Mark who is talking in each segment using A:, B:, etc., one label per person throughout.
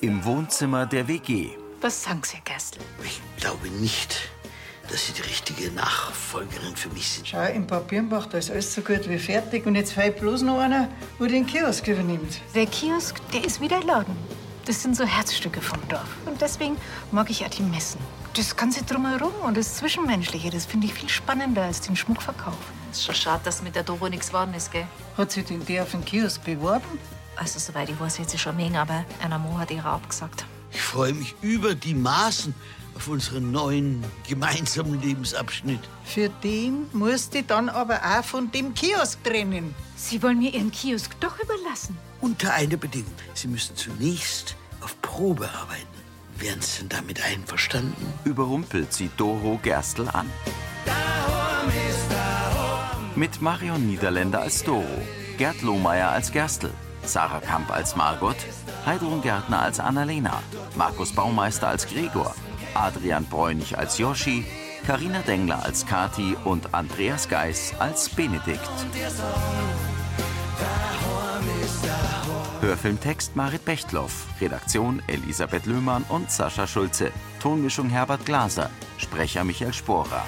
A: Im Wohnzimmer der WG.
B: Was sagen Sie, Gerstl?
C: Ich glaube nicht, dass Sie die richtige Nachfolgerin für mich sind.
D: Schau, in Papierenbach, da ist alles so gut wie fertig. Und jetzt fehlt bloß noch einer, der den Kiosk übernimmt.
B: Der Kiosk, der ist wieder laden. Das sind so Herzstücke vom Dorf. Und deswegen mag ich auch die Messen. Das Ganze drumherum und das Zwischenmenschliche, das finde ich viel spannender als den Schmuckverkauf.
E: Ist schon schade, dass mit der Doro nichts geworden ist, gell?
D: Hat sich denn der auf den Kiosk beworben?
E: Also, soweit ich weiß, hat sie schon mehr, aber einer Mo hat ihre abgesagt.
C: Ich freue mich über die Maßen auf unseren neuen gemeinsamen Lebensabschnitt.
D: Für den musst du dann aber auch von dem Kiosk trennen.
B: Sie wollen mir Ihren Kiosk doch überlassen.
C: Unter einer Bedingung. Sie müssen zunächst auf Probe arbeiten. Wären Sie denn damit einverstanden?
A: Überrumpelt sie Doro Gerstl an. Mit Marion Niederländer als Doro, Gerd Lohmeier als Gerstl, Sarah Kamp als Margot, Heidrun Gärtner als Annalena, Markus Baumeister als Gregor, Adrian Bräunig als Yoshi, Karina Dengler als Kati und Andreas Geis als Benedikt. Hörfilmtext Marit Bechtloff, Redaktion Elisabeth Löhmann und Sascha Schulze, Tonmischung Herbert Glaser, Sprecher Michael Sporer.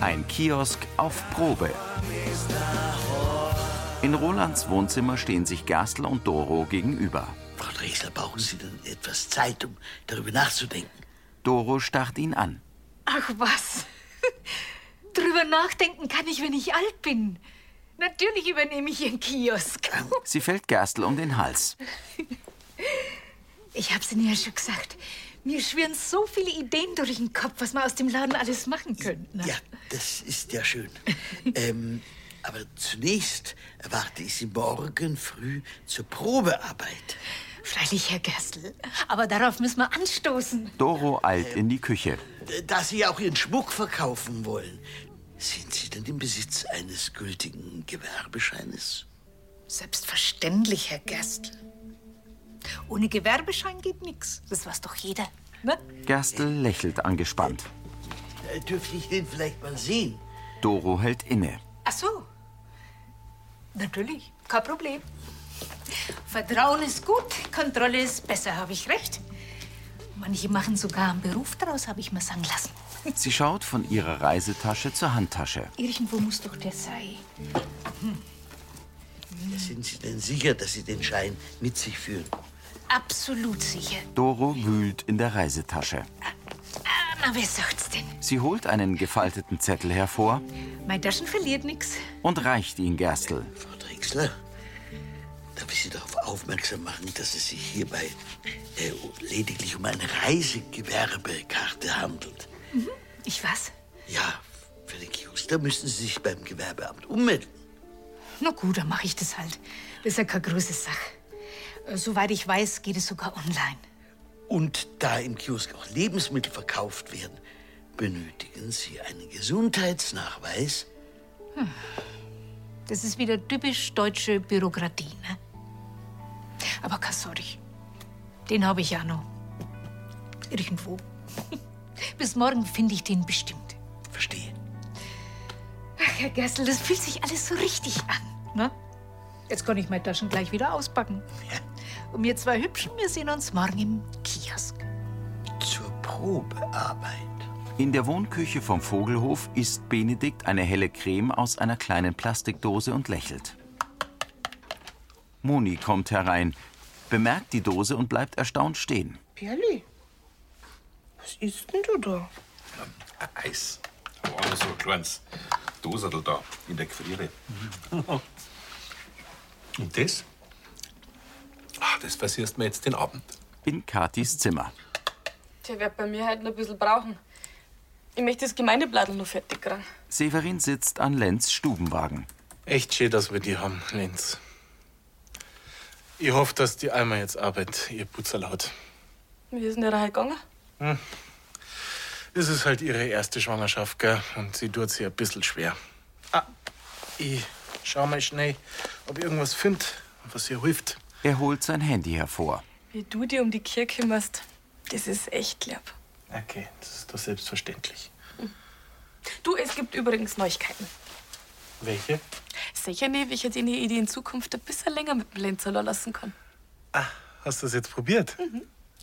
A: Ein Kiosk auf Probe. In Rolands Wohnzimmer stehen sich Gerstl und Doro gegenüber.
C: Frau Drechsler, brauchen Sie dann etwas Zeit, um darüber nachzudenken?
A: Doro starrt ihn an.
B: Ach was. Drüber nachdenken kann ich, wenn ich alt bin. Natürlich übernehme ich Ihren Kiosk.
A: Sie fällt Gerstl um den Hals.
B: Ich hab's Ihnen ja schon gesagt. Mir schwirren so viele Ideen durch den Kopf, was man aus dem Laden alles machen könnte. ne?
C: Ja, das ist ja schön. ähm, aber zunächst erwarte ich Sie morgen früh zur Probearbeit.
B: Freilich, Herr Gerstl. Aber darauf müssen wir anstoßen.
A: Doro eilt in die Küche.
C: Äh, Da Sie ja auch Ihren Schmuck verkaufen wollen, sind Sie denn im Besitz eines gültigen Gewerbescheines?
B: Selbstverständlich, Herr Gerstl. Ohne Gewerbeschein geht nix. Das weiß doch jeder. Ne?
A: Gerstl lächelt angespannt.
C: Äh, dürfte ich den vielleicht mal sehen?
A: Doro hält inne.
B: Ach so. Natürlich, kein Problem. Vertrauen ist gut, Kontrolle ist besser, habe ich recht. Manche machen sogar einen Beruf daraus, habe ich mir sagen lassen.
A: Sie schaut von ihrer Reisetasche zur Handtasche.
B: Irgendwo muss doch der sein. Hm.
C: Sind Sie denn sicher, dass Sie den Schein mit sich führen?
B: Absolut sicher.
A: Doro wühlt in der Reisetasche.
B: Ah, na, wer sagt's denn?
A: Sie holt einen gefalteten Zettel hervor
B: Mein Taschen verliert nix.
A: und reicht ihn Gerstl.
C: Frau Drechsler, darf ich Sie darauf aufmerksam machen, dass es sich hierbei äh, lediglich um eine Reisegewerbekarte handelt?
B: Mhm. Ich was?
C: Ja, für den Kiosk, da müssen Sie sich beim Gewerbeamt ummelden.
B: Na gut, dann mache ich das halt. Das ist ja keine große Sache. Äh, Soweit ich weiß, geht es sogar online.
C: Und da im Kiosk auch Lebensmittel verkauft werden, benötigen Sie einen Gesundheitsnachweis.
B: Das ist wieder typisch deutsche Bürokratie, ne? Aber keine Sorge. Den habe ich ja noch. Irgendwo. Bis morgen finde ich den bestimmt.
C: Verstehe.
B: Ach, Herr Gerstl, das fühlt sich alles so richtig an, ne? Jetzt kann ich meine Taschen gleich wieder auspacken.
C: Ja.
B: Und wir zwei Hübschen, wir sehen uns morgen im Kiosk.
C: Zur Probearbeit.
A: In der Wohnküche vom Vogelhof isst Benedikt eine helle Creme aus einer kleinen Plastikdose und lächelt. Moni kommt herein, bemerkt die Dose und bleibt erstaunt stehen.
F: Pirli, was ist denn du da?
G: Ein Eis. Aber auch nur so ein kleines Doserl da in der Gefriere. Und das? Ach, das versierst mir jetzt den Abend.
A: In Katis Zimmer.
H: Der wird bei mir halt noch ein bisschen brauchen. Ich möchte das Gemeindeblattl noch fertig kriegen.
A: Severin sitzt an Lenz Stubenwagen.
I: Echt schön, dass wir die haben, Lenz. Ich hoffe, dass die einmal jetzt Arbeit, ihr Putzerl hat. Hm.
H: Wie ist denn der halt gegangen?
I: Es ist halt ihre erste Schwangerschaft, gell? Und sie tut sich ein bisschen schwer. Ah, ich schau mal schnell, ob ich irgendwas find, was ihr hilft.
A: Er holt sein Handy hervor.
H: Wie du dir um die Kirche kümmerst, das ist echt lieb.
I: Okay, das ist doch selbstverständlich.
H: Du, es gibt übrigens Neuigkeiten.
I: Welche?
H: Das sicher nicht, wie ich die Idee in Zukunft ein bisschen länger mit dem Lenz allein lassen kann.
I: Hast du das jetzt probiert?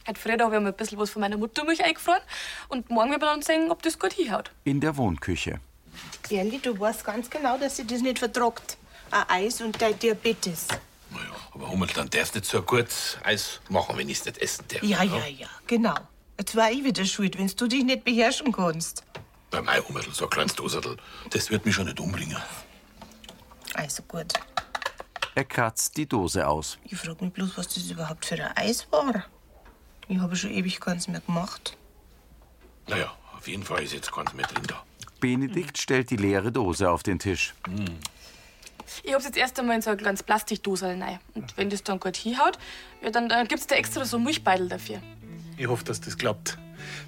H: Heute Freitag habe ich mir ein bisschen was von meiner Muttermilch eingefroren und morgen werden wir dann sehen, ob das gut hinhaut.
A: In der Wohnküche.
F: Berli, du weißt ganz genau, dass sie das nicht vertragt. Ein Eis und dein Diabetes.
G: Naja, aber Hummel, dann darfst du nicht so gut Eis machen, wenn ich es nicht essen darf.
F: Ja, ja, ja, genau. Jetzt war ich wieder schuld, wenn du dich nicht beherrschen kannst.
G: Bei mein Hummel, so ein kleines Doserl, das wird mich schon nicht umbringen.
F: Also gut.
A: Er kratzt die Dose aus.
F: Ich frage mich bloß, was das überhaupt für ein Eis war. Ich habe schon ewig keins mehr gemacht.
G: Naja, auf jeden Fall ist jetzt keins mehr drin da.
A: Benedikt stellt die leere Dose auf den Tisch.
G: Hm.
H: Ich hab's jetzt erst einmal in so ein kleines Plastikdose rein. Und wenn das dann gut hinhaut, ja, dann äh, gibt's da extra so Milchbeidel dafür.
I: Ich hoffe, dass das klappt.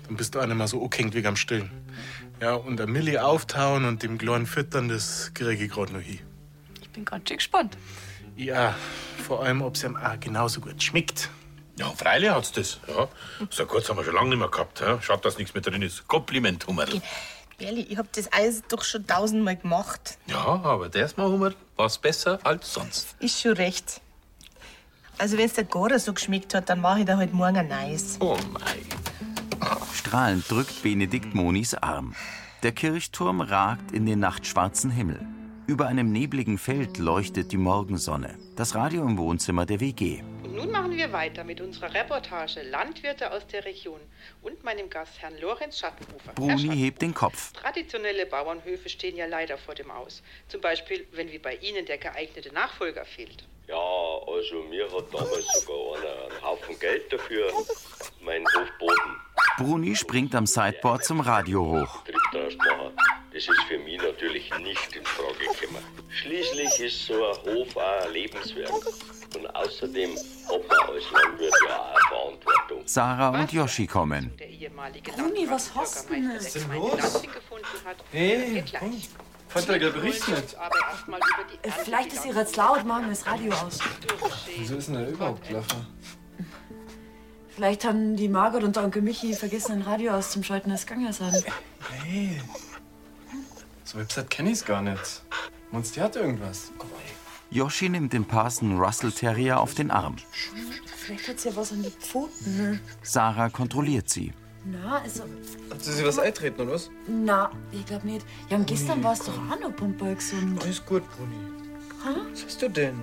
I: Dann bist du auch nicht mehr so angehängt wie am Stillen. Ja, und der Milli auftauen und dem kleinen Füttern, das kriege ich gerade noch hin.
H: Ich bin ganz schön gespannt.
I: Ja, vor allem, ob es ihm auch genauso gut schmeckt.
G: Ja, Freilich hat's das. Ja. So kurz haben wir schon lange nicht mehr gehabt. Ja. Schaut, dass nichts mehr drin ist. Kompliment,
F: Genau.
G: Hummerl.
F: Berli, ich habe das Eis doch schon tausendmal gemacht.
G: Ja, aber das Mal, Hummerl, war's besser als sonst.
F: Ist schon recht. Also, wenn's der Gora so geschmeckt hat, dann mache ich da heute morgen ein Eis.
G: Oh mein.
A: Strahlend drückt Benedikt Monis Arm. Der Kirchturm ragt in den nachtschwarzen Himmel. Über einem nebligen Feld leuchtet die Morgensonne. Das Radio im Wohnzimmer der WG.
J: Und nun machen wir weiter mit unserer Reportage Landwirte aus der Region und meinem Gast Herrn Lorenz Schattenhofer. Herr
A: Bruni
J: Schattenhofer,
A: hebt den Kopf.
J: Traditionelle Bauernhöfe stehen ja leider vor dem Aus. Zum Beispiel, wenn wie bei Ihnen der geeignete Nachfolger fehlt.
K: Ja, also mir hat damals sogar einer einen Haufen Geld dafür meinen Hofboden
A: Bruni springt am Sideboard zum Radio hoch.
K: Drittrast machen. Das ist für mich natürlich nicht in Frage gekommen. Schließlich ist so ein Hof auch ein Lebenswerk. Und außerdem hat man als Landwirt ja auch eine Verantwortung.
A: Sarah und Yoshi kommen.
J: Der ehemalige
H: Bruni, was hast du denn?
J: Landwirtsbürgermeister der Gemeinde Danzig gefunden hat,
L: Hey,
J: gleich.
L: komm. Vater, der Bericht
J: wollen
L: nicht.
J: uns aber erstmal über die Ernte
E: Äh, Vielleicht ist ihre jetzt laut, machen wir das Radio aus.
J: durchsehen.
L: Wieso ist denn der überhaupt gelaufen?
E: Vielleicht haben die Margot und der Onkel Michi vergessen, ein Radio auszuschalten, das gegangen sein.
L: Hey. So Website kenne ich's gar nicht. Meinst die hat irgendwas?
A: Yoshi nimmt den Parson Russell Terrier auf den Arm.
E: Vielleicht hat sie ja was an die Pfoten.
A: Sarah kontrolliert sie.
E: Na, also,
L: Hat sie sich was eintreten oder was?
E: na, ich glaub nicht. Ja, und gestern war es doch auch noch Pumper gesund.
L: Alles gut, Bruni. Was hast du denn?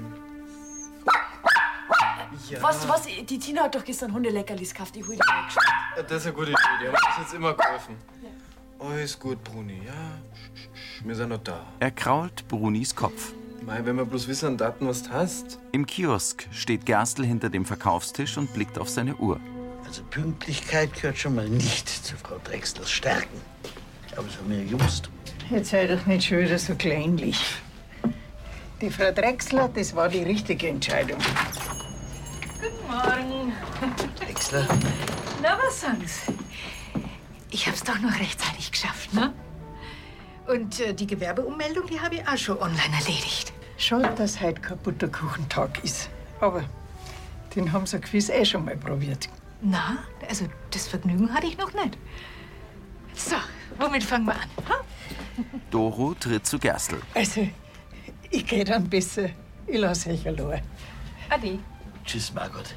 L: Ja,
E: Weißt du was, die Tina hat doch gestern Hundeleckerlis gekauft, ich hol die weg.
L: das ist eine gute Idee. Die haben uns jetzt immer geholfen. Alles gut, Bruni. Ja, sch, sch, sch, wir sind noch da.
A: Er krault Brunis Kopf.
L: Mei, wenn wir bloß wissen, Daten, was du hast.
A: Im Kiosk steht Gerstl hinter dem Verkaufstisch und blickt auf seine Uhr.
C: Also Pünktlichkeit gehört schon mal nicht zu Frau Drechslers Stärken. Aber es war mir just.
D: Jetzt sei doch nicht schon wieder so kleinlich. Die Frau Drechsler, das war die richtige Entscheidung.
B: Guten Morgen.
C: Drechsler,
B: Na, was sonst? Ich hab's doch noch rechtzeitig geschafft, ne? Und äh, die Gewerbeummeldung, die habe ich auch schon online erledigt.
D: Schade, dass heute kein Butterkuchentag ist. Aber den haben sie gewiss eh schon mal probiert.
B: Na, also das Vergnügen hatte ich noch nicht. So, womit fangen wir an? Ha?
A: Doro tritt zu Gerstl.
D: Also, ich gehe dann besser. Ich lasse euch allein.
B: Ade.
C: tschüss, Margot.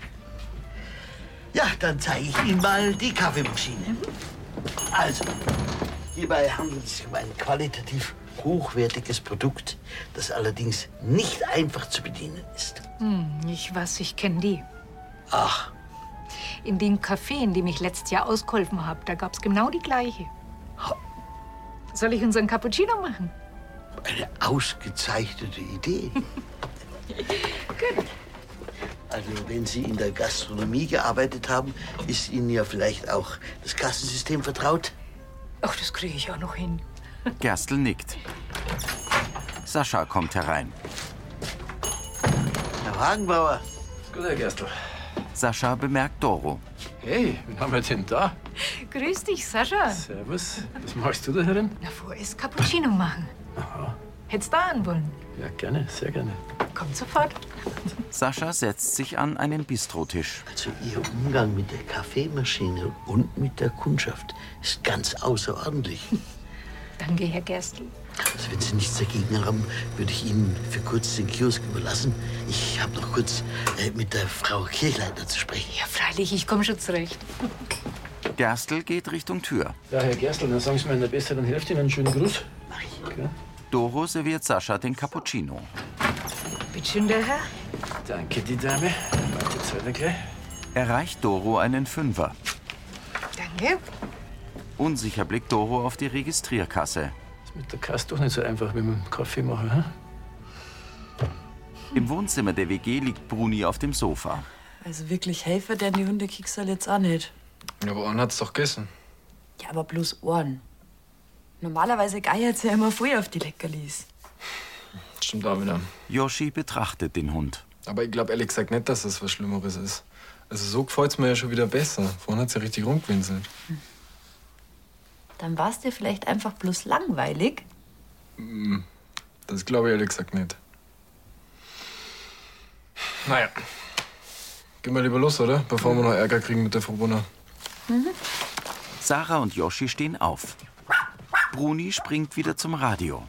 C: Ja, dann zeige ich Ihnen mal die Kaffeemaschine. Also, hierbei handelt es sich um ein qualitativ hochwertiges Produkt, das allerdings nicht einfach zu bedienen ist.
B: Hm, Ich weiß, ich kenne die.
C: Ach,
B: In dem Café, in dem ich letztes Jahr ausgeholfen habe, da gab's genau die gleiche. Soll ich unseren Cappuccino machen?
C: eine ausgezeichnete Idee. Also, wenn Sie in der Gastronomie gearbeitet haben, ist Ihnen ja vielleicht auch das Kassensystem vertraut.
B: Ach, das kriege ich auch noch hin.
A: Gerstl nickt. Sascha kommt herein.
C: Herr Wagenbauer,
L: Guter Gerstl.
A: Sascha bemerkt Doro.
L: Hey, wen haben wir denn da?
B: Grüß dich, Sascha.
L: Servus. Was machst du da herin?
B: Na, wo ist Cappuccino machen? Hättest da an wollen.
L: Ja, gerne, sehr gerne.
B: Kommt sofort.
A: Sascha setzt sich an einen Bistrotisch.
C: also Ihr Umgang mit der Kaffeemaschine und mit der Kundschaft ist ganz außerordentlich.
B: Danke, Herr Gerstl.
C: Also wenn Sie nichts dagegen haben, würde ich Ihnen für kurz den Kiosk überlassen. Ich habe noch kurz äh, mit der Frau Kirchleitner zu sprechen.
B: Ja, freilich, ich komme schon zurecht.
A: Gerstl geht Richtung Tür.
M: Ja, Herr Gerstl, dann sagen Sie meiner Beste, dann helft Ihnen einen schönen Gruß. Okay.
A: Doro serviert Sascha den Cappuccino.
B: Bitte schön, der Herr.
M: Danke, die Dame. Warte, zweiter gleich.
A: Er reicht Doro einen Fünfer.
B: Danke.
A: Unsicher blickt Doro auf die Registrierkasse.
M: Ist mit der Kasse doch nicht so einfach, wenn man Kaffee machen, hm?
A: Im Wohnzimmer der WG liegt Bruni auf dem Sofa.
E: Also wirklich helfe denn die Hundekicksal halt jetzt auch nicht.
L: Aber Anne hat's doch gegessen.
E: Ja, aber bloß Ohren. Normalerweise geiert ja immer voll auf die Leckerlis.
L: Stimmt auch wieder.
A: Yoshi betrachtet den Hund.
L: Aber ich glaube ehrlich gesagt nicht, dass das was Schlimmeres ist. Also so gefällt's mir ja schon wieder besser. Vorhin hat's ja richtig rumgewinselt.
E: Dann war es dir vielleicht einfach bloß langweilig.
L: Hm, Das glaube ich ehrlich gesagt nicht. Naja. Gehen wir lieber los, oder? Bevor wir noch Ärger kriegen mit der Frau Brunner.
A: Sarah und Yoshi stehen auf. Bruni springt wieder zum Radio.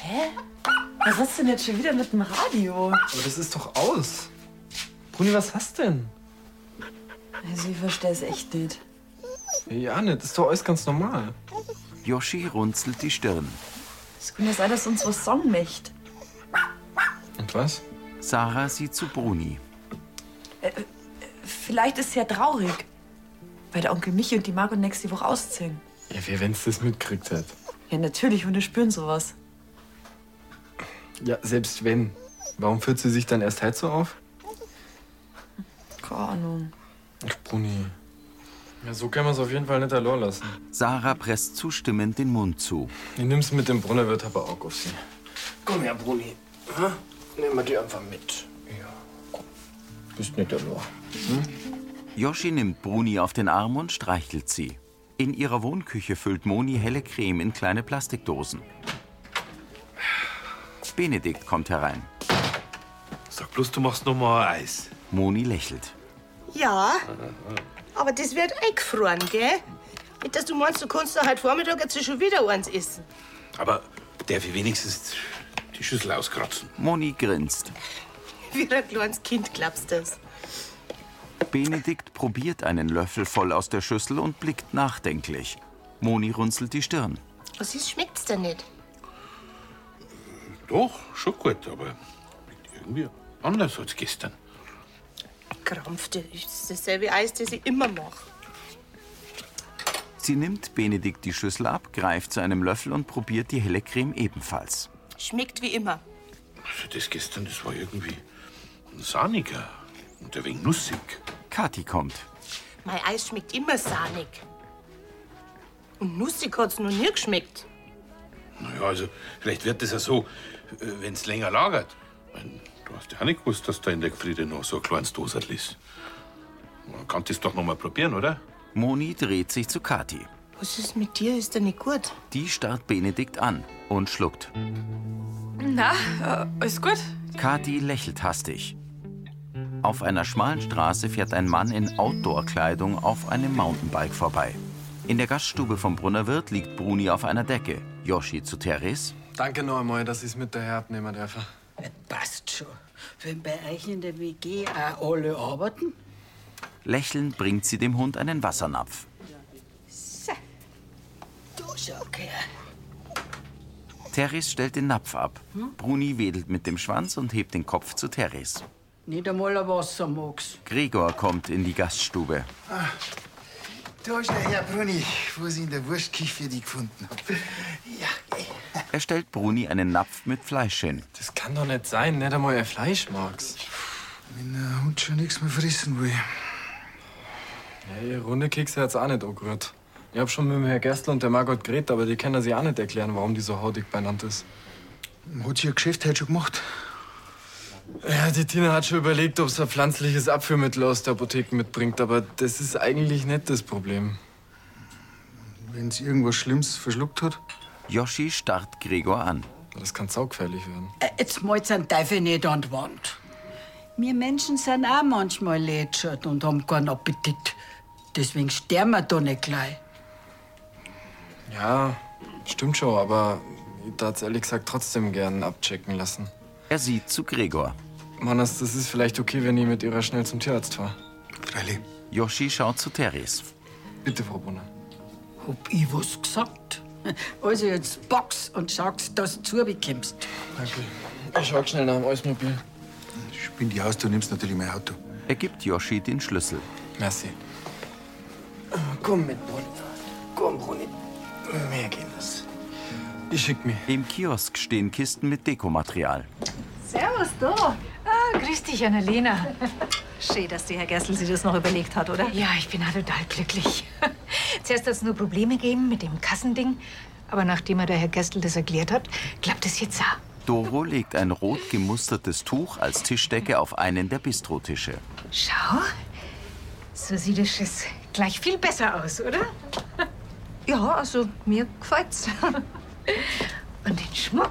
E: Hä? Was hast du denn jetzt schon wieder mit dem Radio?
L: Aber das ist doch aus. Bruni, was hast denn?
E: Also ich verstehe es echt nicht.
L: Ja, nicht. Ist doch alles ganz normal.
A: Yoshi runzelt die Stirn.
E: Es kann ja sein, dass uns was sagen möchte.
L: Und was?
A: Sarah sieht zu Bruni.
E: Äh, äh, vielleicht ist es ja traurig, weil der Onkel Michi und die Margot nächste Woche ausziehen.
L: Ja, wer wenn's das mitkriegt hat.
E: Ja, natürlich, Hunde spüren sowas.
L: Ja, selbst wenn. Warum führt sie sich dann erst halt so auf?
E: Keine Ahnung.
L: Ach, Bruni. Ja, so können wir es auf jeden Fall nicht allein lassen.
A: Sarah presst zustimmend den Mund zu.
L: Ich nimm's mit dem Brunner, wird aber auch auf sie. Komm her, Bruni. Ha? Nehmen wir die einfach mit. Bist nicht allein. Hm?
A: Yoshi nimmt Bruni auf den Arm und streichelt sie. In ihrer Wohnküche füllt Moni helle Creme in kleine Plastikdosen. Benedikt kommt herein.
G: Sag bloß, du machst noch mal ein Eis.
A: Moni lächelt.
L: Ah,
F: Ja, aber das wird eingefroren, gell? Nicht, dass du meinst, du kannst doch heute Vormittag jetzt schon wieder eins essen.
G: Aber darf ich wenigstens die Schüssel auskratzen?
A: Moni grinst.
F: Wie ein kleines Kind klappst das.
A: Benedikt probiert einen Löffel voll aus der Schüssel und blickt nachdenklich. Moni runzelt die Stirn.
F: Was ist, schmeckt's denn nicht?
G: Doch, schon gut, aber irgendwie anders als gestern.
F: Krampft, das ist dasselbe Eis, das ich immer mache.
A: Sie nimmt Benedikt die Schüssel ab, greift zu einem Löffel und probiert die helle Creme ebenfalls.
F: Schmeckt wie immer.
G: Also das gestern, das war irgendwie sahniger und ein wenig nussig.
A: Kathi kommt.
F: Mein Eis schmeckt immer sahnig. Und nussig hat's noch nie geschmeckt.
G: Naja, also vielleicht wird das ja so, wenn es länger lagert. Mein, Du hast ja auch nicht gewusst, dass da in der Gefriere noch so ein kleines Doserl ist. Man kann das doch noch mal probieren, oder?
A: Moni dreht sich zu Kathi.
F: Was ist mit dir? Ist denn nicht gut?
A: Die starrt Benedikt an und schluckt.
H: Na, äh, alles gut?
A: Kathi lächelt hastig. Auf einer schmalen Straße fährt ein Mann in Outdoor-Kleidung auf einem Mountainbike vorbei. In der Gaststube vom Brunnerwirt liegt Bruni auf einer Decke. Yoshi zu Therese.
L: Danke noch einmal, dass ich's mit der Herr abnehmen darf.
N: Passt schon. Wenn bei euch in der WG auch alle arbeiten?
A: Lächelnd bringt sie dem Hund einen Wassernapf.
N: So. Du schau her.
A: Therese stellt den Napf ab.
N: Hm?
A: Bruni wedelt mit dem Schwanz und hebt den Kopf zu Therese.
N: Nicht einmal ein Wasser magst.
A: Gregor kommt in die Gaststube.
L: Ah.
O: Da ist der Herr Bruni, wo sie in der Wurstküche die gefunden hat.
A: Er stellt Bruni einen Napf mit Fleisch hin.
L: Das kann doch nicht sein, nicht einmal ihr Fleisch mag's.
O: Wenn der Hund schon nichts mehr frissen will.
L: Ja, ihr runde Kekse hat's auch nicht angerührt. Ich hab schon mit dem Herr Gerstl und der Margot geredet, aber die können sich auch nicht erklären, warum die so hautig beieinander ist.
O: Hat sie ihr Geschäft heute schon gemacht?
L: Ja, die Tina hat schon überlegt, ob sie ein pflanzliches Abführmittel aus der Apotheke mitbringt, aber das ist eigentlich nicht das Problem.
O: Wenn sie irgendwas Schlimmes verschluckt hat?
A: Yoshi starrt Gregor an.
L: Das kann saugfährlich werden.
N: Äh, Jetzt malt's einen Teufel nicht an die Wand. Wir Menschen sind auch manchmal lätschert und haben keinen Appetit. Deswegen sterben wir da nicht gleich.
L: Ja, Stimmt schon, aber ich darf ehrlich gesagt trotzdem gern abchecken lassen.
A: Er sieht zu Gregor.
L: Manas, das ist vielleicht okay, wenn ich mit ihrer schnell zum Tierarzt fahre.
A: Freilich. Yoshi schaut zu Teres.
L: Bitte, Frau Brunner.
N: Hab ich was gesagt? Also jetzt box und schaust, dass du zu mir kommst.
L: Danke. Ich schau schnell nach dem Eismobil.
A: Ich bin die Haustür, nimmst natürlich mein Auto. Er gibt Yoshi den Schlüssel.
L: Merci. Komm mit, Brunner. Komm, Brunner.
A: Äh,
L: Mehr geht das. Ich schick mich.
A: Im Kiosk stehen Kisten mit Dekomaterial.
B: Servus, du. Ah, grüß dich, Annalena. Schön, dass die Herr Gerstl sich das noch überlegt hat, oder? Ja, ich bin auch total glücklich. Zuerst hat es nur Probleme gegeben mit dem Kassending. Aber nachdem er der Herr Gerstl das erklärt hat, klappt es jetzt auch.
A: Doro legt ein rot gemustertes Tuch als Tischdecke auf einen der Bistrotische.
B: Schau, so sieht es jetzt gleich viel besser aus, oder? Ja, also mir gefällt's. Und den Schmuck,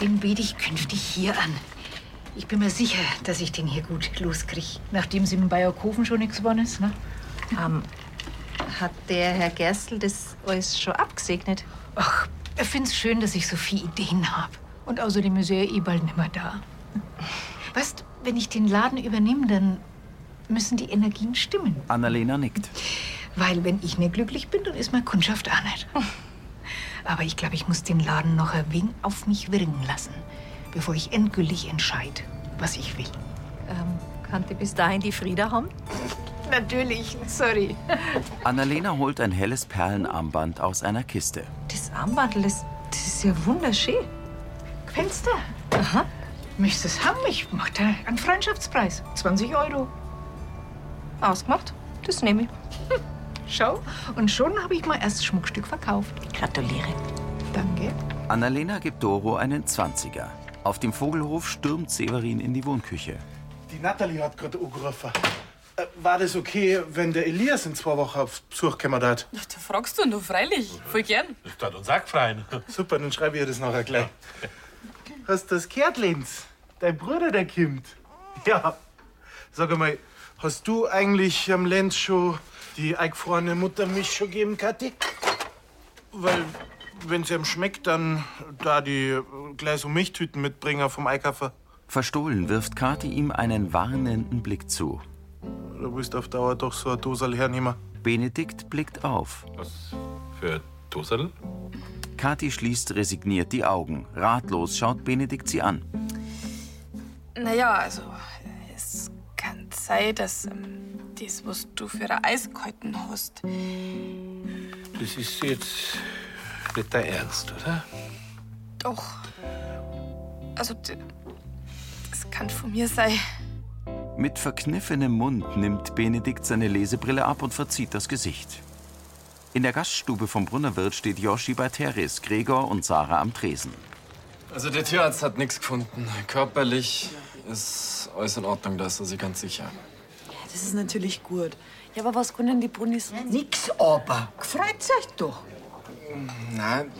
B: den bete ich künftig hier an. Ich bin mir sicher, dass ich den hier gut loskriege. Nachdem sie in Bayerkofen schon nichts geworden ist, ne?
P: Ähm, Hat der Herr Gerstl das alles schon abgesegnet?
B: Ach, ich find's schön, dass ich so viele Ideen hab. Und außerdem ist er eh bald nimmer da. Weißt, wenn ich den Laden übernehme, dann müssen die Energien stimmen.
A: Annalena nickt.
B: Weil wenn ich nicht glücklich bin, dann ist meine Kundschaft auch nicht. Aber ich glaube, ich muss den Laden noch ein wenig auf mich wirken lassen, bevor ich endgültig entscheide, was ich will.
P: Ähm, kann die bis dahin die Frieda haben?
B: Natürlich, sorry.
A: Annalena holt ein helles Perlenarmband aus einer Kiste.
P: Das Armband, das, das ist ja wunderschön.
B: Gefällt's dir? Aha. Möchtest es haben? Ich mach da einen Freundschaftspreis. 20 Euro. Ausgemacht? Das nehme ich. Schau, und schon habe ich mein erstes Schmuckstück verkauft. Gratuliere. Danke.
A: Annalena gibt Doro einen Zwanziger. Auf dem Vogelhof stürmt Severin in die Wohnküche.
I: Die Natalie hat gerade angerufen. Äh, War das okay, wenn der Elias in zwei Wochen auf Besuch kommen darf?
H: Da fragst du nur freilich. Voll gern.
I: Das tat uns auch freuen. Super, dann schreibe ich ihr das nachher gleich. Hast du das gehört, Lenz? Dein Bruder, der kommt. Ja. Sag mal, hast du eigentlich am Lenz schon die eingefrorene Muttermilch schon gegeben, Kathi? Weil, wenn sie ihm schmeckt, dann da die äh, Gläser Milchtüten mitbringen vom Einkaufer.
A: Verstohlen wirft Kathi ihm einen warnenden Blick zu.
I: Du willst auf Dauer doch so eine Dosal hernehmen.
A: Benedikt blickt auf.
G: Für Dosal?
A: Kathi schließt resigniert die Augen. Ratlos schaut Benedikt sie an.
H: Naja, also, es kann sein, dass ähm, das, was du für eine Eiskeuten hast,
G: Das ist jetzt nicht dein Ernst, oder?
H: doch. Also, d- das kann von mir sein.
A: Mit verkniffenem Mund nimmt Benedikt seine Lesebrille ab und verzieht das Gesicht. In der Gaststube vom Brunnerwirt steht Yoshi bei Teres, Gregor und Sarah am Tresen.
L: Also der Tierarzt hat nichts gefunden. Körperlich ist alles in Ordnung, da ist er sich ganz sicher.
E: Das ist natürlich gut. Ja, aber was können die Brunnis?
N: Nix aber. Gefreut euch doch.
L: Nein,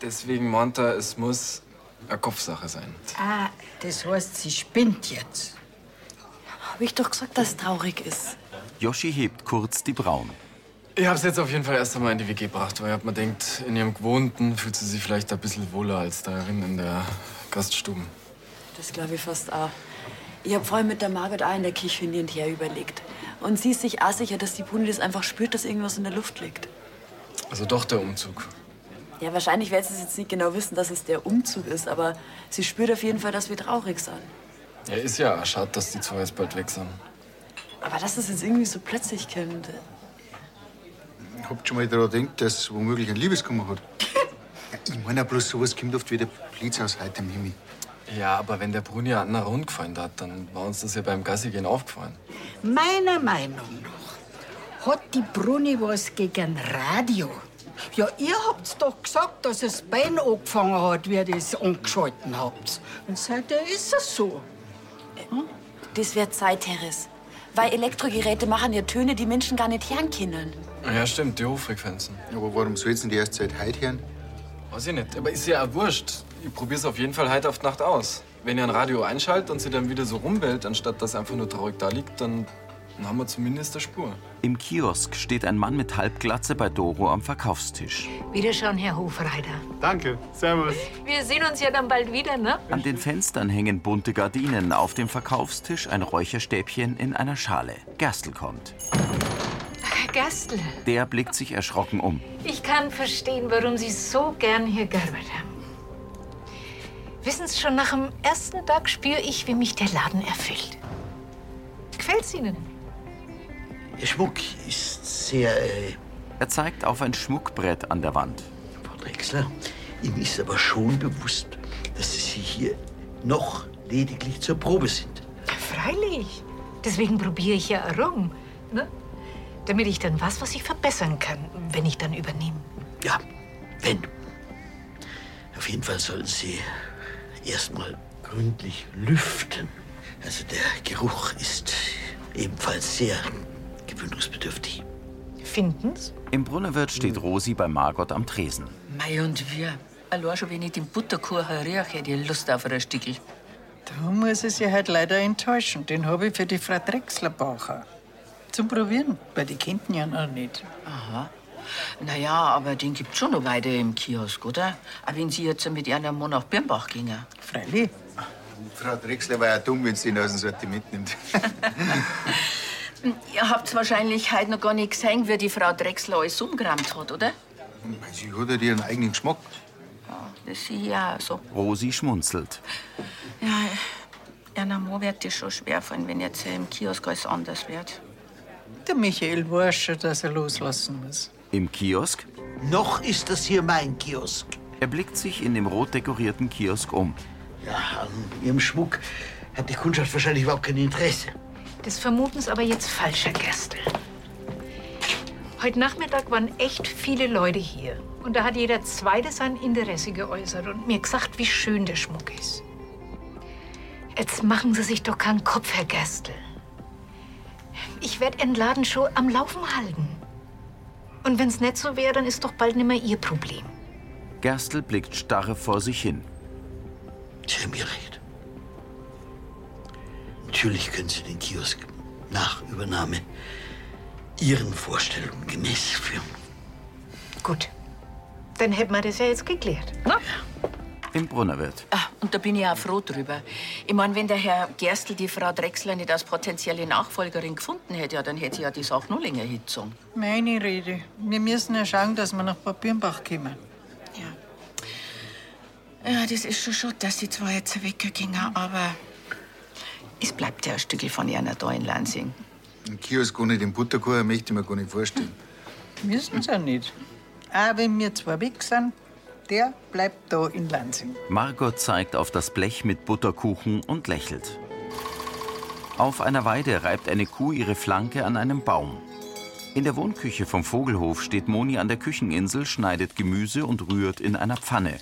L: deswegen meint er, es muss eine Kopfsache sein.
N: Ah, das heißt, sie spinnt jetzt.
E: Hab ich doch gesagt, dass es traurig ist.
A: Yoshi hebt kurz die Brauen.
L: Ich hab's jetzt auf jeden Fall erst einmal in die WG gebracht, weil ich hab mir denkt, in ihrem Gewohnten fühlt sie sich vielleicht ein bisschen wohler als darin in der Gaststube.
E: Das glaube ich fast auch. Ich habe vorhin mit der Margot auch in der Küche hin und her überlegt. Und sie ist sich auch sicher, dass die Brunni das einfach spürt, dass irgendwas in der Luft liegt.
L: Also doch der Umzug.
E: Ja, wahrscheinlich wird sie es jetzt nicht genau wissen, dass es der Umzug ist, aber sie spürt auf jeden Fall, dass wir traurig sind.
L: Ja, ist ja auch schade, dass die zwei jetzt bald weg sind.
E: Aber dass es jetzt irgendwie so plötzlich kommt. äh,
O: Habt schon mal daran gedacht, dass es womöglich ein Liebeskummer hat? Ja, Ich meine ja bloß, sowas kommt oft wie der Blitz aus heiterem Himmel.
L: Ja, aber wenn der Bruni einen anderen Hund gefallen hat, dann war uns das ja beim Gassigehen aufgefallen.
N: Meiner Meinung nach hat die Bruni was gegen Radio. Ja, ihr habt's doch gesagt, dass es Bein angefangen hat, wie ihr das angeschalten habt. Und seitdem ist es so.
E: Das wird Zeit, Teres. Weil Elektrogeräte machen ja Töne, die Menschen gar nicht hören können.
L: Ja, stimmt, die Hochfrequenzen.
O: Aber warum soll denn die erst seit heute hören?
L: Weiß ich nicht, aber ist ja auch wurscht. Ich probier's auf jeden Fall heute auf die Nacht aus. Wenn ihr ein Radio einschaltet und sie dann wieder so rumbellt, anstatt dass sie einfach nur traurig da liegt, dann Dann haben wir zumindest eine Spur.
A: Im Kiosk steht ein Mann mit Halbglatze bei Doro am Verkaufstisch.
B: Wiederschauen, Herr Hofreiter.
I: Danke, servus.
B: Wir sehen uns ja dann bald wieder, ne?
A: An den Fenstern hängen bunte Gardinen, auf dem Verkaufstisch ein Räucherstäbchen in einer Schale. Gerstl kommt.
B: Herr Äh, Gerstl,
A: Der blickt sich erschrocken um.
B: ich kann verstehen, warum Sie so gern hier gearbeitet haben. Wissen Sie schon, nach dem ersten Tag spüre ich, wie mich der Laden erfüllt. Gefällt's Ihnen?
C: Ihr Schmuck ist sehr. Äh,
A: Er zeigt auf ein Schmuckbrett an der Wand.
C: Frau Drechsler, Ihnen ist aber schon bewusst, dass Sie hier noch lediglich zur Probe sind.
B: Freilich. Deswegen probiere ich ja herum. Ne? Damit ich dann was, was ich verbessern kann, wenn ich dann übernehme.
C: Ja, wenn. Auf jeden Fall sollten Sie erstmal gründlich lüften. Also der Geruch ist ebenfalls sehr gewöhnungsbedürftig.
B: Finden's?
A: Im Brunnerwirt steht Rosi bei Margot am Tresen.
Q: Mei und wir. Allein schon, wenn ich den Butterkuchen rieche, hätte ich Lust auf einen Stickel.
D: Da muss ich Sie halt leider enttäuschen. Den habe ich für die Frau Drechsler bacher. Zum Probieren, weil die kannten ja noch nicht.
Q: Aha. Naja, aber den gibt's schon noch weiter im Kiosk, oder? Auch wenn Sie jetzt mit einem Mann nach Birnbach gingen.
D: Freilich.
O: Frau Drechsler war ja dumm, wenn sie ihn aus dem Sortiment nimmt.
Q: Hm, Ihr habt's wahrscheinlich heute noch gar nicht gesehen, wie die Frau Drechsler alles umgerammt hat, oder?
O: Sie hat halt ihren eigenen Geschmack.
Q: Das sehe ich ja auch so.
A: Rosi schmunzelt.
Q: Ja, einer Mann wird das schon schwerfallen, wenn jetzt im Kiosk alles anders wird.
D: Der Michael weiß schon, dass er loslassen muss.
A: Im Kiosk?
C: Noch ist das hier mein Kiosk.
A: Er blickt sich in dem rot dekorierten Kiosk um.
C: Ja, an Ihrem Schmuck hat die Kundschaft wahrscheinlich überhaupt kein Interesse.
B: Des Vermutens aber jetzt falscher Gerstl. Heute Nachmittag waren echt viele Leute hier. Und da hat jeder Zweite sein Interesse geäußert und mir gesagt, wie schön der Schmuck ist. Jetzt machen Sie sich doch keinen Kopf, Herr Gerstl. Ich werde den Laden schon am Laufen halten. Und wenn's nicht so wäre, dann ist doch bald nicht mehr Ihr Problem.
A: Gerstl blickt starre vor sich hin.
C: Sie haben mir recht. Natürlich können Sie den Kiosk nach Übernahme Ihren Vorstellungen gemäß führen.
B: Gut. Dann hätten wir das ja jetzt geklärt.
A: Im Brunnerwirt.
Q: Ah, und da bin ich auch froh drüber. Ich meine, wenn der Herr Gerstl die Frau Drechsler nicht als potenzielle Nachfolgerin gefunden hätte, ja, dann hätte sie ja die Sache noch länger hingezogen.
D: Meine Rede. Wir müssen ja schauen, dass wir nach Bad Birnbach kommen.
Q: Ja, das ist schon schade, dass sie zwar jetzt weggingen, aber es bleibt ja ein Stückchen von ihnen da in Lansing.
O: Ein Kiosk ohne den Butterkuchen möchte ich mir gar nicht vorstellen.
D: Müssen sie ja nicht. Auch wenn wir zwei weg sind, der bleibt da in Lansing.
A: Margot zeigt auf das Blech mit Butterkuchen und lächelt. Auf einer Weide reibt eine Kuh ihre Flanke an einem Baum. In der Wohnküche vom Vogelhof steht Moni an der Kücheninsel, schneidet Gemüse und rührt in einer Pfanne.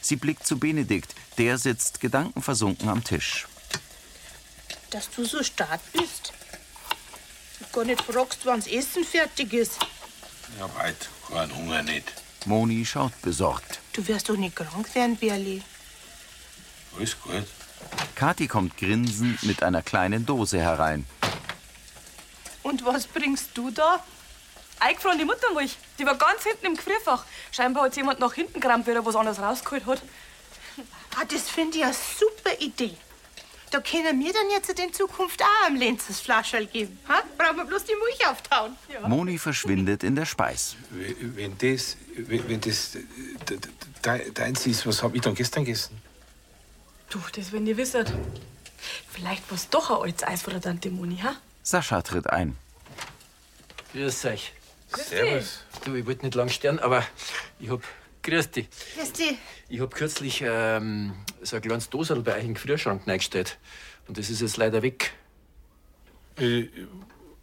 A: Sie blickt zu Benedikt, der sitzt gedankenversunken am Tisch.
F: Dass du so stark bist. Du gar nicht fragst, wann's Essen fertig ist.
G: Ja, weit. Kein Hunger nicht.
A: Moni schaut besorgt.
F: Du wirst doch nicht krank werden, Berli.
G: Alles gut.
A: Kathi kommt grinsend mit einer kleinen Dose herein.
H: Und was bringst du da? Eingefrorene Muttermilch. Die war ganz hinten im Gefrierfach. Scheinbar hat jemand nach hinten gerammt, weil er was anderes rausgeholt hat.
F: Ah, das finde ich eine super Idee. Da können wir dann jetzt in Zukunft auch am Lenzes Flascherl geben. Ha? Brauchen wir bloß die Milch auftauen.
A: Moni verschwindet in der Speis.
G: Wenn das, wenn wenn das de- de- de- deins ist, was hab ich dann gestern gegessen?
H: Du, das wenn ihr wisset. Vielleicht war's doch ein altes Eis von der Tante Moni, ha?
A: Sascha tritt ein.
M: Grüß euch.
H: Grüß Servus.
M: Du, ich wollte nicht lang stören, aber ich hab. Grüß dich.
F: Grüß dich.
M: Ich hab kürzlich ähm, so ein kleines Dosel bei euch in den Gefrierschrank reingestellt. Und das ist jetzt leider weg.
G: Äh, w-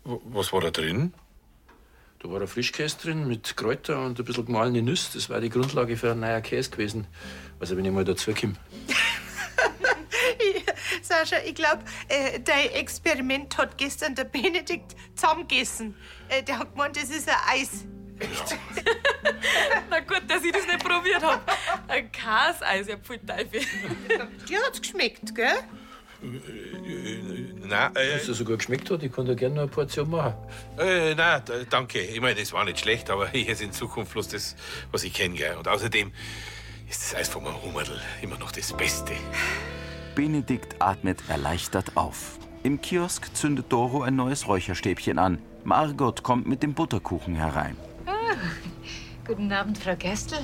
G: was war da drin?
M: Da war ein Frischkäse drin mit Kräuter und ein bisschen gemahlene Nüsse. Das war die Grundlage für einen neuen Käse gewesen. Also, wenn ich mal dazu komme.
F: Ich- Sascha, ich glaube, äh, dein Experiment hat gestern der Benedikt zusammengegessen. Äh, der hat gemeint, das ist ein Eis.
H: Na gut, dass ich das nicht probiert hab. Ein Kaseis, ja, pfui Teufel.
F: Dir hat's geschmeckt, gell?
G: Nein, äh,
M: Dass es sogar geschmeckt hat, ich kann da gerne noch eine Portion machen.
G: Äh, nein, d- danke. Ich meine, das war nicht schlecht, aber ich esse in Zukunft bloß das, was ich kenne. gell. Und außerdem ist das Eis vom Hummerl immer noch das Beste.
A: Benedikt atmet erleichtert auf. Im Kiosk zündet Doro ein neues Räucherstäbchen an. Margot kommt mit dem Butterkuchen herein.
B: Ah, guten Abend, Frau Gerstl.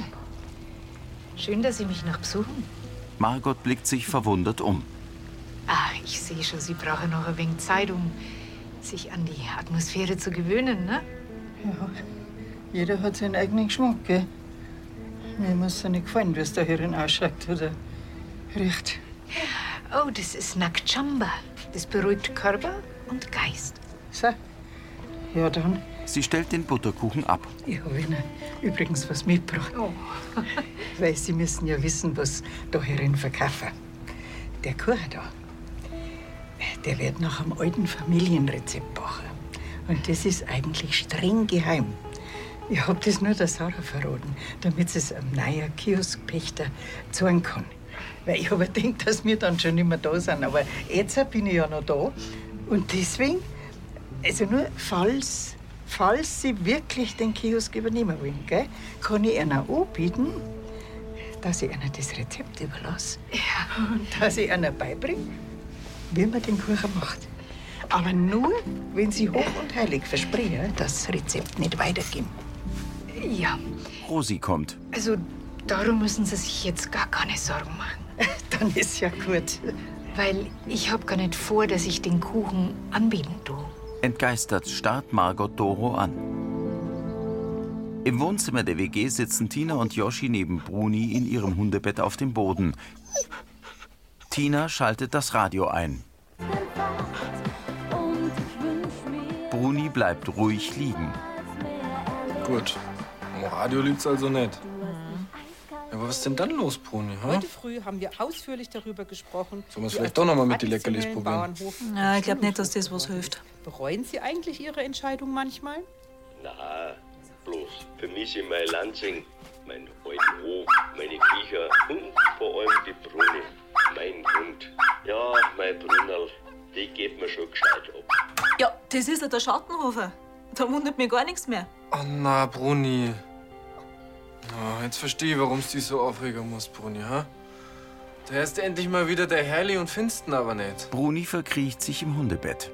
B: Schön, dass Sie mich noch besuchen.
A: Margot blickt sich verwundert um.
B: Ah, ich sehe schon, Sie brauchen noch ein wenig Zeit, um sich an die Atmosphäre zu gewöhnen, ne?
D: Ja, jeder hat seinen eigenen Geschmack, gell? Mir muss ja nicht gefallen, wie es da herin ausschaut, oder? Riecht.
B: Oh, das ist Nakchamba. Das beruhigt Körper und Geist.
D: So. Ja, dann.
A: Sie stellt den Butterkuchen ab.
D: Ich habe Ihnen übrigens was mitgebracht. Weil Sie müssen ja wissen, was da herin verkaufen. Der Kuchen da, der wird nach einem alten Familienrezept gebacken. Und das ist eigentlich streng geheim. Ich habe das nur der Sarah verraten, damit sie es am neuen Kioskpächter zeigen kann. Weil ich habe gedacht, dass wir dann schon nicht mehr da sind. Aber jetzt bin ich ja noch da. Und deswegen, also nur falls, falls Sie wirklich den Kiosk übernehmen wollen, gell, kann ich Ihnen anbieten, dass ich Ihnen das Rezept überlasse. Ja. Und dass ich Ihnen beibringe, wie man den Kuchen macht. Aber nur, wenn Sie hoch und heilig versprechen, das Rezept nicht weitergeben.
B: Ja,
A: Rosi kommt.
B: also darum müssen Sie sich jetzt gar keine Sorgen machen.
D: Dann ist ja gut.
B: Weil ich habe gar nicht vor, dass ich den Kuchen anbieten tue.
A: Entgeistert starrt Margot Doro an. Im Wohnzimmer der WG sitzen Tina und Yoshi neben Bruni in ihrem Hundebett auf dem Boden. Tina schaltet das Radio ein. Bruni bleibt ruhig liegen.
L: Gut. Am Radio liegt's also nicht. Ja, aber was ist denn dann los, Bruni? Hä?
J: Mhm. Heute früh haben wir ausführlich darüber gesprochen.
L: Sollen wir's
J: wie
L: vielleicht doch noch mal mit den
J: traditionellen
L: Leckerlis probieren?
J: Bauernhof
E: Na, ich glaub nicht,
J: dass das was hilft. Bereuen Sie eigentlich Ihre Entscheidung manchmal?
K: Na, bloß vermisse ich mein Lansing, mein alten Hof, meine Viecher und vor allem die Brunne, mein Hund. Ja, mein Brunnerl, die geht mir schon gescheit ab.
R: Ja, das ist ja der Schattenhofer. Da wundert mir gar nichts mehr.
L: Oh na, Bruni. Ja, jetzt verstehe ich, warum es dich so aufregen muss, Bruni, hä? Der ist endlich mal wieder der Herrli und Finsten aber nicht.
A: Bruni verkriecht sich im Hundebett.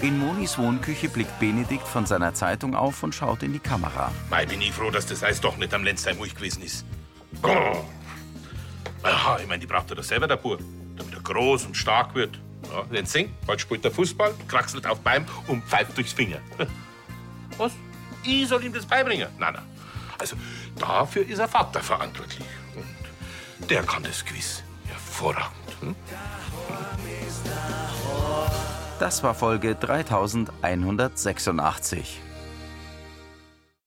A: In Monis Wohnküche blickt Benedikt von seiner Zeitung auf und schaut in die Kamera.
G: Mei, bin ich froh, dass das Eis doch nicht am Lenzheim ruhig gewesen ist. Brrr. Aha, ich meine, die braucht er doch selber, der Bub, damit er groß und stark wird. Ja, wenn singt, bald spielt er Fußball, kraxelt auf Beim und pfeift durchs Finger. Was? Ich soll ihm das beibringen? Nein, nein. Also, dafür ist er Vater verantwortlich. Und der kann das gewiss hervorragend. Hm?
A: Das war Folge 3186.